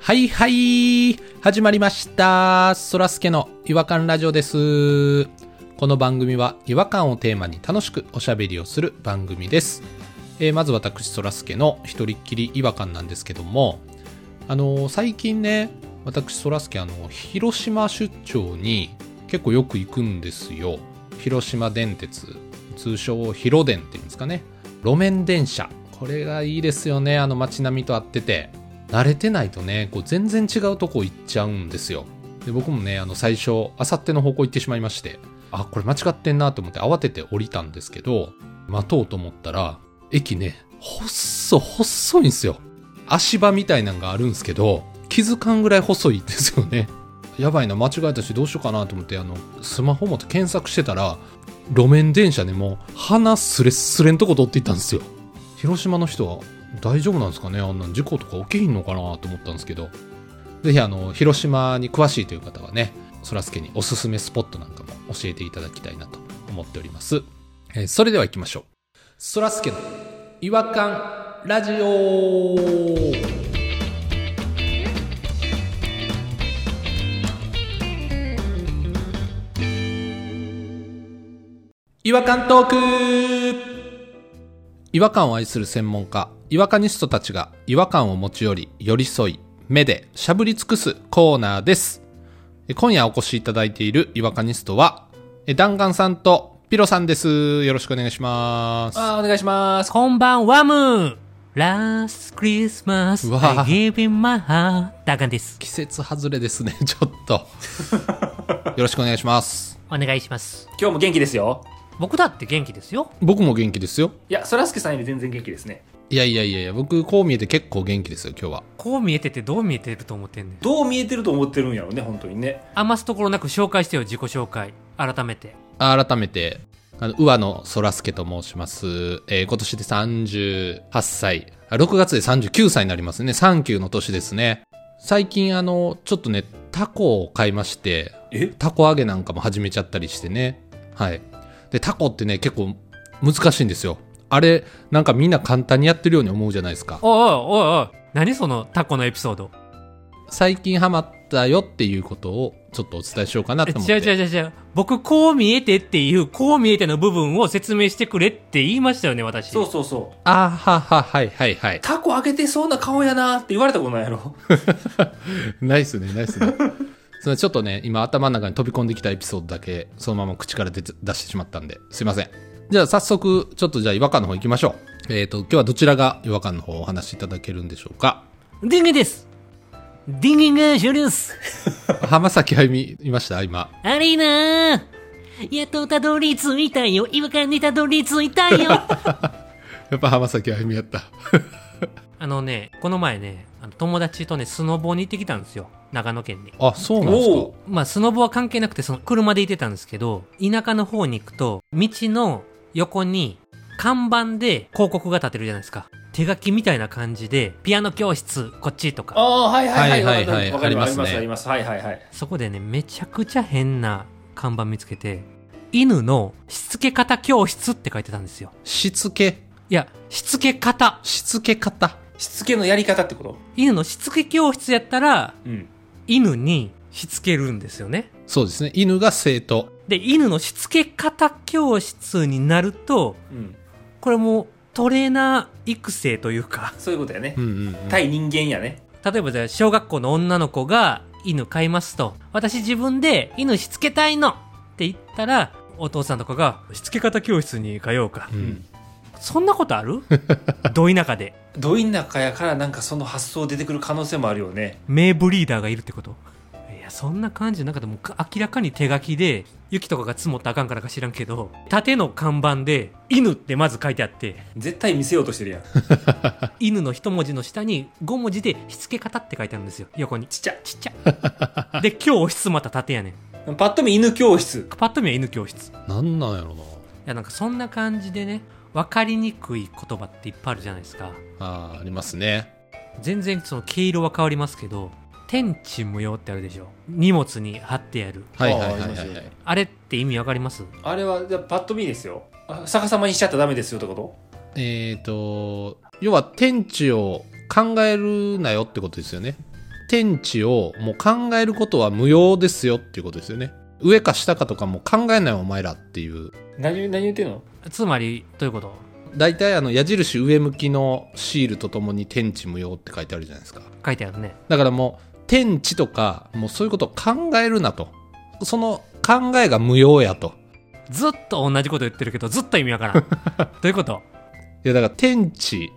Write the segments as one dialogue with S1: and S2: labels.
S1: はいはい始まりましたそらすけの違和感ラジオですこの番組は違和感をテーマに楽しくおしゃべりをする番組です、えーまず私そらすけの一人っきり違和感なんですけどもあのー最近ね私そらすけあの広島出張に結構よく行くんですよ広島電鉄通称広電っていうんですかね路面電車これがいいですよねあの街並みと合ってて慣れてないとねこう全然違うとこ行っちゃうんですよで僕もねあの最初あさっての方向行ってしまいましてあこれ間違ってんなと思って慌てて降りたんですけど待とうと思ったら駅ね細細いんですよ足場みたいなんがあるんですけど気づかんぐらい細いんですよね やばいな間違えたしどうしようかなと思ってあのスマホ持って検索してたら路面電車でもう鼻すれすれんとこ通っていったんですよ広島の人は大丈夫なんですかねあんなん事故とか起きひんのかなと思ったんですけどぜひあの広島に詳しいという方はねそらすけにおすすめスポットなんかも教えていただきたいなと思っております、えーそれでは行きましょうそらすけの違和感ラジオ違和感トーク違和感を愛する専門家違和感ニストたちが違和感を持ち寄り寄り添い目でしゃぶり尽くすコーナーですえ今夜お越しいただいている違和感ニストはえ弾丸さんとピロさんですよろしくお願いします
S2: あーお願いします。こんばんはむ !Last Christmas,
S1: うわ
S2: I gave in my heart. ダガンです。
S1: 季節外れですね ちょっとよろしくお願いします
S2: お願いします。
S3: 今日も元気ですよ
S2: 僕だって元気ですよ。
S1: 僕も元気ですよ
S3: いやそらすけさんより全然元気ですね
S1: いやいやいやいや僕こう見えて結構元気ですよ今日は
S2: こう見えててどう見えてると思ってんねん。
S3: どう見えてると思ってるんやろうね本当にね
S2: 余すところなく紹介してよ、自己紹介。改めて。
S1: あ改めて、あの、上野空助と申します。えー今年で38歳。あ6月で39歳になりますね。3級の年ですね。最近、あの、ちょっとね、タコを買いまして、
S3: え
S1: タコ揚げなんかも始めちゃったりしてね。はい。で、タコってね、結構難しいんですよ。あれ、なんかみんな簡単にやってるように思うじゃないですか。
S2: おいおいおいおい。何そのタコのエピソード。
S1: 最近ハマったよっていうことを、ちょっとお伝えしようかな
S2: え
S1: と思って。
S2: 違う違う違う違う。僕、こう見えてっていう、こう見えての部分を説明してくれって言いましたよね、私。
S3: そうそうそう
S1: あーはは、はいはいはい。
S3: タコあげてそうな顔やなって言われたことないやろ
S1: ないっすね、ないっ すね。それちょっとね、今頭の中に飛び込んできたエピソードだけ、そのまま口から出て出してしまったんで、すいません。じゃあ早速、ちょっとじゃあ違和感の方行きましょう。えっ、と、今日はどちらが違和感の方をお話しいただけるんでしょう か。
S2: ディンギです。ディンギが終了です。
S1: 浜崎あゆみ、いました今。
S2: あれいなあやっとたどり着いたよ違和感にたどり着いたよ
S1: やっぱ浜崎あゆみやった。
S2: あのねこの前ねあの友達とねスノボに行ってきたんですよ長野県に
S1: あ、そうなんです
S3: お
S1: か
S3: お。
S2: まあスノボは関係なくてその車で行ってたんですけど田舎の方に行くと道の横に看板で広告が立てるじゃないですか手書きみたいな感じでピアノ教室こっちとか
S3: ああーはいはい
S1: は
S3: はいい
S1: はいはい
S3: わかるわかるわか
S1: あ
S3: あ
S1: り
S3: りますありますはいはいはい
S2: そこでねめちゃくちゃ変な看板見つけて犬のしつけ方教室って書いてたんですよ
S1: しつけ、
S2: いやしつけ方
S1: しつけ方。
S3: しつけのやり方ってこと
S2: 犬のしつけ教室やったら
S3: うん
S2: 犬にしつけるんですよね
S1: そうですね。犬が生徒。
S2: で犬のしつけ方教室になると
S3: うん
S2: これもうトレーナー育成というか
S3: そういうことやね
S1: うんうん、うん。
S3: 対人間やね
S2: 例えばじゃあ小学校の女の子が犬飼いますと私自分で犬しつけたいのって言ったらお父さんとかがしつけ方教室に通うか
S1: う。
S3: うん
S2: そんなことあ るど田舎で
S3: どいなかやからなんかその発想出てくる可能性もあるよね
S2: 名ブリーダーがいるってこといやそんな感じなんかでもか明らかに手書きで雪とかが積もったらあかんからか知らんけど縦の看板で「犬」ってまず書いてあって
S3: 絶対見せようとしてるやん
S2: 「犬」の一文字の下に5文字で「しつけ方」って書いてあるんですよ横に
S3: ちっちゃ
S2: ちっちゃで教室また縦やねん
S3: パッと見犬教室
S2: パッと見は犬教室い
S1: なんなんやろな。
S2: やなんかそんな感じでね分かりにくい言葉っていっぱいあるじゃないですか
S1: あーありますね。
S2: 全然その毛色は変わりますけど天地無用ってあるでしょ荷物に貼ってやる
S1: はいはいはい
S3: あーありま
S1: は
S3: す
S1: い、
S3: よ
S1: はい
S3: ね。
S2: あれって意味わかります
S3: あれはじゃあパッと見ですよあ逆さまにしちゃったらダメですよってこと
S1: えー、と、要は天地を考えるなよってことですよね。天地をもう考えることは無用ですよっていうことですよね。上か下かとかもう考えないお前らっていう。
S3: 何何言ってんの
S2: つまり、どういうこと
S1: 大体あの矢印上向きのシールとともに天地無用って書いてあるじゃないですか。
S2: 書いてあるね。
S1: だからもう天地とかもうそういうことを考えるなと。その考えが無用やと。
S2: ずっと同じこと言ってるけど、ずっと意味わからん。 どういうこと
S1: いやだから天地、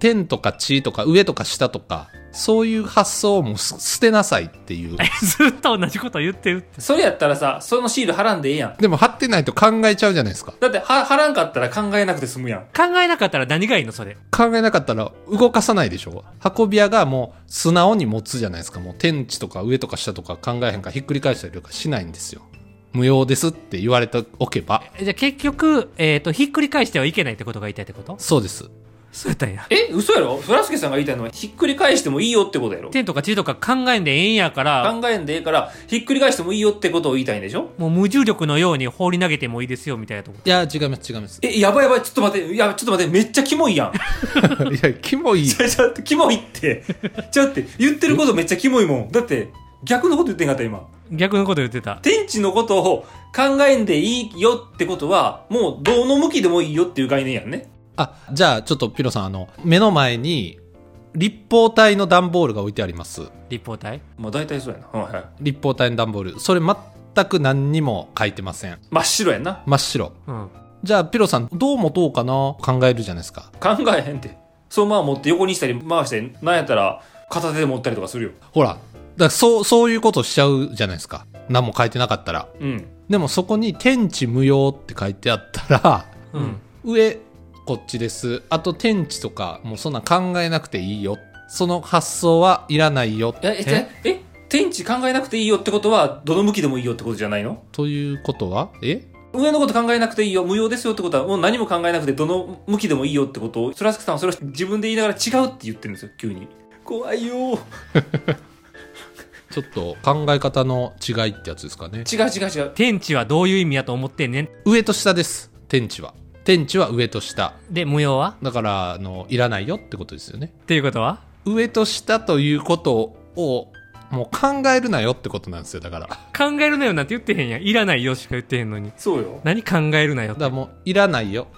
S1: 天とか地とか上とか下とか、そういう発想をもうす捨てなさいっていう。
S2: ずっと同じこと言ってるって。
S3: それやったらさ、そのシール貼らんでええやん。
S1: でも貼ってないと考えちゃうじゃないですか。
S3: だって、は貼らんかったら考えなくて済むやん。
S2: 考えなかったら何がいいのそれ。
S1: 考えなかったら動かさないでしょ運び屋がもう素直に持つじゃないですか。もう天地とか上とか下とか考えへんからひっくり返したりとかしないんですよ。無用ですって言われておけば。
S2: えじゃあ結局、えっ、と、ひっくり返してはいけないってことが言いたいってこと
S1: そうです。
S2: そうやったんや。
S3: え嘘やろそらすけさんが言いたいのは、ひっくり返してもいいよってことやろ
S2: 天とか地とか考えんでええんやから、
S3: 考えんでええから、ひっくり返してもいいよってことを言いたいんでしょ
S2: もう無重力のように放り投げてもいいですよ、みたいなとこ。
S1: いや、違います、違 います。
S3: え、やばいやばい、ちょっと待って、いや、ちょっと待って、めっちゃキモい やん。
S1: いや、キモい。
S3: ちょ、ちょっと、キモいって。ちょっと待って、言ってることめっちゃキモいもん。だって、逆のこと言ってんかった、今。
S2: 逆のこと言ってた。
S3: 天地のことを考えんでいいよってことは、もうどの向きでもいいよっていう概念やんね。
S1: あ、じゃあちょっとピロさん、あの、目の前に立方体の段ボールが置いてあります。
S2: 立方体
S3: まあ大体そうやな。はいはい。
S1: 立方体の段ボール。それ全く何にも書いてません。
S3: 真っ白やんな。
S1: 真っ白。
S2: うん。
S1: じゃあピロさん、どう持とうかな考えるじゃないですか。
S3: 考えへんって。そのまま持って横にしたり回したり、なんやったら片手で持ったりとかするよ。
S1: ほら、だからそう、そういうことしちゃうじゃないですか。何も書いてなかったら。
S3: うん。
S1: でもそこに天地無用って書いてあったら、
S2: うん。
S1: 上、こっちです。あと天地とか、もうそんなん考えなくていいよ。その発想はいらないよ。
S3: え、え、え、え天地考えなくていいよってことは、どの向きでもいいよってことじゃないの
S1: ということはえ
S3: 上のこと考えなくていいよ、無用ですよってことは、もう何も考えなくて、どの向きでもいいよってことを、そらすけさんはそれを自分で言いながら違うって言ってるんですよ、急に。怖いよ違う
S1: ちょっと考え方の違いってやつですかね。
S3: 違う違う。
S2: 天地はどういう意味やと思ってんねん。
S1: 上と下です。天地は。天地は上と下。
S2: で、無用は
S1: だから、あの、いらないよってことですよね。
S2: っていうことは
S1: 上と下ということを、もう考えるなよってことなんですよ。だから。だか
S2: 考えるなよなんて言ってへんやん。いらないよしか言ってへんのに。
S3: そうよ。
S2: 何考えるなよって
S1: らもう、いらないよ。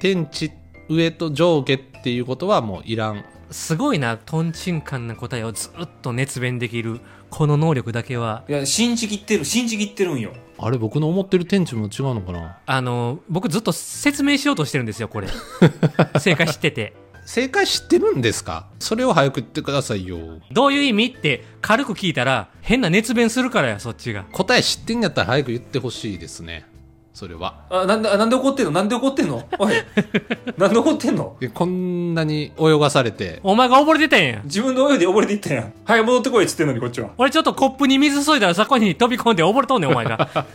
S1: 天地、上と上下っていうことはもういらん。
S2: すごいな、トンチンカンな答えをずっと熱弁できる、この能力だけは、
S3: いや、信じきってる、信じきってるんよ。
S1: あれ、僕の思ってる天地も違うのかな
S2: あの、僕ずっと説明しようとしてるんですよ、これ。正解知ってて。
S1: 正解知ってるんですかそれを早く言ってくださいよ。
S2: どういう意味って軽く聞いたら、変な熱弁するからや、そっちが。
S1: 答え知ってんやったら早く言ってほしいですね。それは。
S3: あ、なんで、あなんで怒ってんのなんで怒ってんのおい。 なんで怒ってんの
S1: でこんなに泳がされて、
S2: お前が溺れてたんや。
S3: 自分の泳いで溺れていったやん。はい、戻ってこいっつってんのに、こっちは。
S2: 俺ちょっとコップに水注いだらそこに飛び込んで溺れとんねん、お前 が。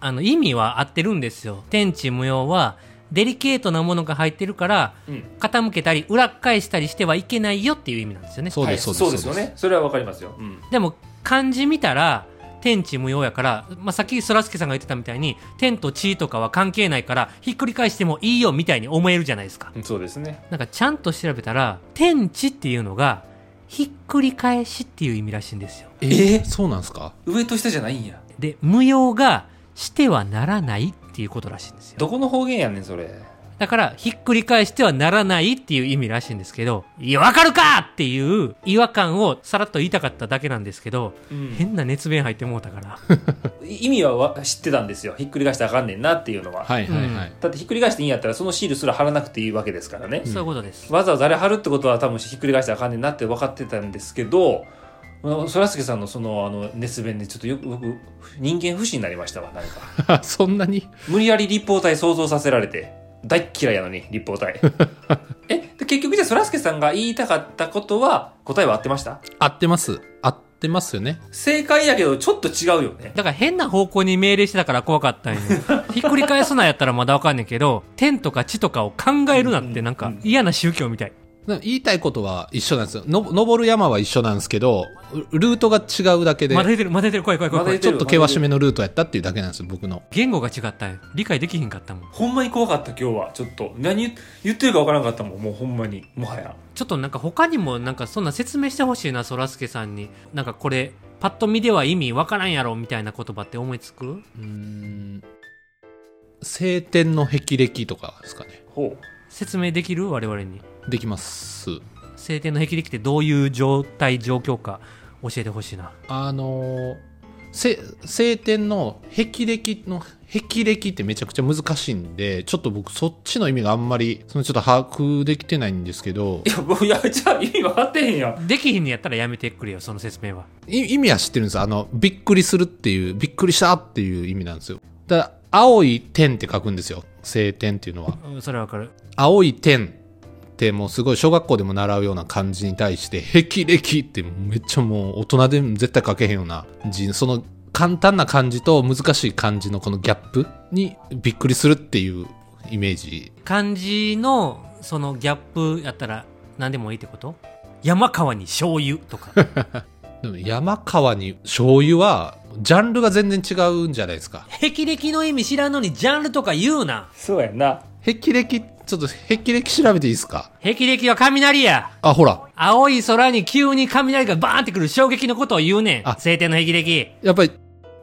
S2: あの、意味は合ってるんですよ。天地無用は、デリケートなものが入ってるから、
S3: うん
S2: 傾けたり、裏返したりしてはいけないよっていう意味なんですよね。
S1: そうです、
S3: はい
S1: そう
S3: そう
S1: で。
S3: ですすよね。それはわかりますよ。うん。
S2: でも漢字見たら天地無用やから、まあ、さっきそらすけさんが言ってたみたいに天と地とかは関係ないからひっくり返してもいいよみたいに思えるじゃないですか
S3: うんそうですね。
S2: なんかちゃんと調べたら天地っていうのがひっくり返しっていう意味らしいんですよ
S1: え
S3: え
S1: そうなんですか
S3: 上と下じゃないんや。
S2: で無用がしてはならないっていうことらしいんですよ
S3: どこの方言やねん、それ。
S2: だからひっくり返してはならないっていう意味らしいんですけどいやわかるかっていう違和感をさらっと言いたかっただけなんですけど
S3: うん
S2: 変な熱弁入ってもうた から
S3: 意味はわ知ってたんですよ。ひっくり返してあかんねんなっていうのは。
S1: はいはいはい。
S3: だってひっくり返していいんやったらそのシールすら貼らなくていいわけですからね、
S2: そういうことです
S3: わざわざあれ貼るってことは多分ひっくり返してあかんねんなって分かってたんですけどそらすけさんのそのあの熱弁でちょっとよく僕人間不信になりましたわなん か
S1: そんなに
S3: 無理やり立方体想像させられて大っ嫌いやのに立方体えで結局じゃあそらすけさんが言いたかったことは答えは合ってました
S1: 合ってます。合ってますよね。
S3: 正解やけどちょっと違うよね
S2: だから変な方向に命令してたから怖か ったんよ。ひっくり返すなやったらまだわかんねんけど、天とか地とかを考えるなってなんか嫌な宗教みたい。
S1: な言いたいことは一緒なんですよ。の登る山は一緒なんですけど、ルルートが違うだけで、
S2: まだ出てるまだ出てる怖い怖い怖い怖
S3: まだ出
S2: い
S3: てる
S1: ちょっと険しめのルートやったっていうだけなんですよ、僕の。
S2: 言語が違ったんよ理解できひんかったもん
S3: ほんまに怖かった今日はちょっと何言言ってるかわからんかったもんもうほんまにもはや
S2: ちょっとなんか他にもなんかそんな説明してほしいなそらすけさんになんかこれパッと見では意味わからんやろみたいな言葉って思いつく
S1: うーん。晴天の霹靂とかですかね。
S3: ほう
S2: 説明できる我々に
S1: できます。
S2: 晴天の霹靂ってどういう状態状況か教えてほしいな
S1: あのー、せ晴天の霹靂の霹靂ってめちゃくちゃ難しいんで、ちょっと僕そっちの意味があんまり、そのちょっと把握できてないんですけど
S3: い、やもういやじゃあ意味分かってへんやん
S2: できひんのやったらやめてくれよその説明はい
S1: 意味は知ってるんですあの、びっくりするっていう、びっくりしたっていう意味なんですよ。ただ、青い点って書くんですよ。晴天っていうのは。
S2: うんそれはわかる
S1: 青い点ってもうすごい小学校でも習うような漢字に対して、霹靂ってめっちゃもう大人でも絶対書けへんような字、その簡単な漢字と難しい漢字のこのギャップにびっくりするっていうイメージ。
S2: 漢字のそのギャップやったら何でもいいってこと山川に醤油とか
S1: でも山川に醤油は、ジャンルが全然違うんじゃないですか。
S2: 霹靂の意味知らんのにジャンルとか言うな
S3: そうやんな
S1: 霹靂、ちょっと霹靂調べていいですか
S2: 霹靂は雷や
S1: あ、ほら。
S2: 青い空に急に雷がバーンってくる衝撃のことを言うねん。
S1: あ
S2: 晴天の霹靂。
S1: やっぱり、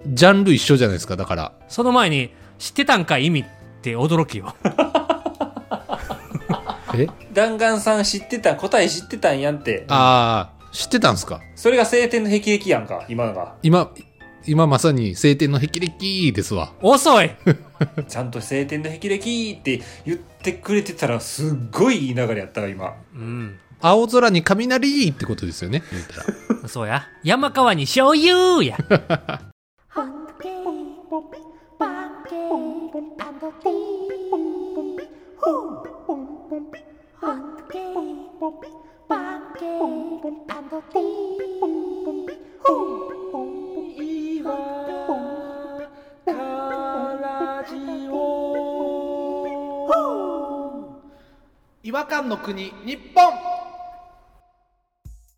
S1: ジャンル一緒じゃないですか、だから。
S2: その前に、知ってたんか意味って驚きよ。
S1: え
S3: 弾丸さん知ってた答え知ってたんやんって
S1: ああ、知ってたんすか
S3: それが晴天の霹靂やんか今のが
S1: 今、今まさに晴天の霹靂ですわ。
S2: 遅 い
S3: ちゃんと晴天の霹靂って言ってくれてたらすっごいいい流れやったわ今
S2: うん。
S1: 青空に雷ってことですよね。言ったら。
S2: そうや。山川に醤油や。
S4: Hunky,
S1: 違和感の国、日本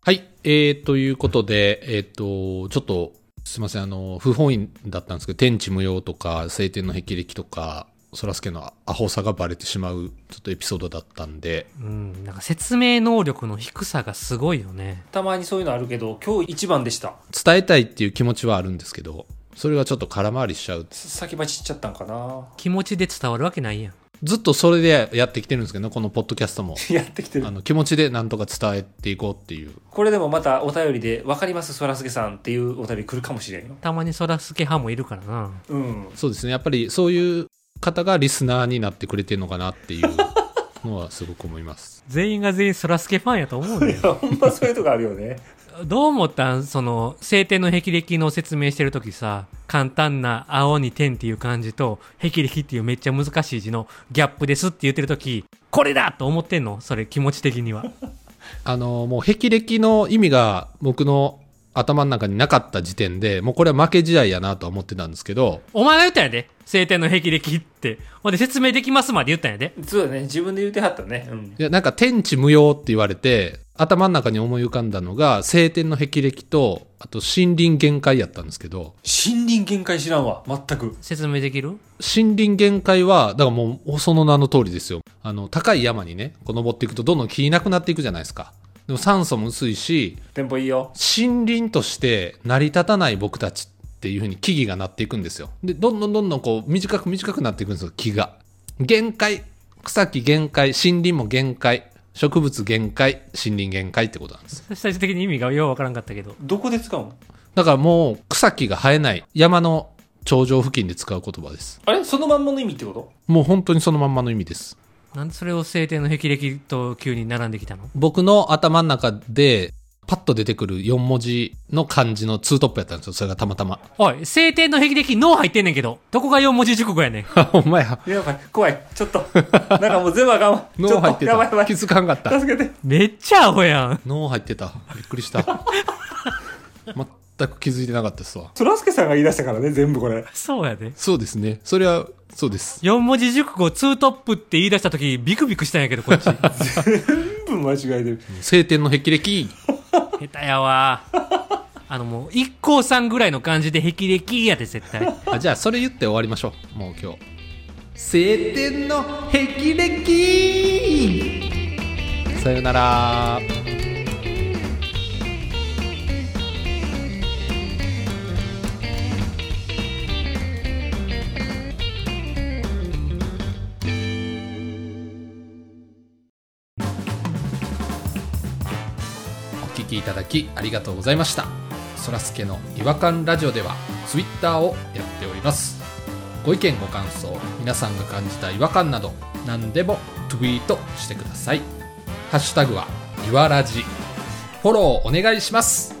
S1: はい、えー、ということで、えっ、と、ちょっと、すいません、あの、不本意だったんですけど、天地無用とか、晴天の霹靂とか、そらすけのアホさがバレてしまう、ちょっとエピソードだったんで、
S2: うん。なんか説明能力の低さがすごいよね。
S3: たまにそういうのあるけど今日一番でした
S1: 伝えたいっていう気持ちはあるんですけど、それがちょっと空回りしちゃう
S3: さ先走っちゃったんかな
S2: 気持ちで伝わるわけないやん。
S1: ずっとそれでやってきてるんですけどね、このポッドキャストも。
S3: やってきてる
S1: あの気持ちでなんとか伝えていこうっていう。
S3: これでもまたお便りで「わかりますそらすけさん」っていうお便り来るかもしれんよ
S2: たまにそらすけ派もいるからな。
S3: うん。
S1: そうですね。やっぱりそういう方がリスナーになってくれてるのかなっていうのはすごく思います。
S2: 全員が全員そらすけファンやと思うねん
S3: ほんまそういうとこあるよね
S2: どう思ったんその、晴天の霹靂の説明してるときさ、簡単な青に点っていう漢字と、霹靂っていうめっちゃ難しい字のギャップですって言ってるとき、これだと思ってんのそれ気持ち的 には。
S1: あの、もう霹靂の意味が僕の頭の中になかった時点で、もうこれは負け試合やなとは思ってたんですけど、
S2: お前が言ったんやで。晴天の霹靂って。ほんで説明できますまで言ったんやで。
S3: そうだね自分で言うてはったねうん
S1: いや、なんか天地無用って言われて、頭の中に思い浮かんだのが、晴天の霹靂と、あと森林限界やったんですけど、
S3: 森林限界知らんわ全く
S2: 説明できる
S1: 森林限界は、だからもう、その名の通りですよ。あの、高い山にね、こう登っていくとどんどん木いなくなっていくじゃないですか。でも酸素も薄いし、
S3: テンポいいよ
S1: 森林として成り立たない僕たちっていう風に木々がなっていくんですよ。で、どんどんどんどんこう、短く短くなっていくんですよ、木が。限界。草木限界。森林も限界。植物限界。森林限界ってことなんです。
S2: 最終的に意味がようわからんかったけど。
S3: どこで使うの
S1: だからもう、草木が生えない山の頂上付近で使う言葉です。
S3: あれそのまんまの意味ってこと
S1: もう本当にそのまんまの意味です。
S2: なんでそれを晴天の霹靂と急に並んできたの
S1: 僕の頭の中で、パッと出てくる4文字の漢字の2トップやったんですよ。それがたまたま。
S2: おい、晴天の霹靂脳入ってんねんけど。どこが4文字熟語やねん。
S1: ほんまや。
S3: やばい怖いちょっ となんかもう全部あかんわちょ
S1: 脳
S3: っ
S1: 入っ
S3: と
S1: て
S3: やばいやば
S1: た。気
S3: い
S1: づかんかった。
S3: 助けて
S2: めっちゃアホやん。
S1: 脳入ってた。びっくりした。全く気づいてなかったですわ。
S3: そらすけさんが言い出したからね全部これ
S2: そうやで。
S1: そうですね。それは、そうです。
S2: 4文字熟語2トップって言い出した時ビクビクしたんやけどこっち
S3: 全部部間違えてる
S1: 晴天の霹靂
S2: 下手やわあのもう IKKO さんぐらいの感じで霹靂やで絶対
S1: あじゃあそれ言って終わりましょうもう今日晴天の霹靂さよならお聞きいただきありがとうございましたそらすけの違和感ラジオではツイッターをやっておりますご意見ご感想皆さんが感じた違和感など何でもツイートしてくださいハッシュタグはいわらじフォローお願いします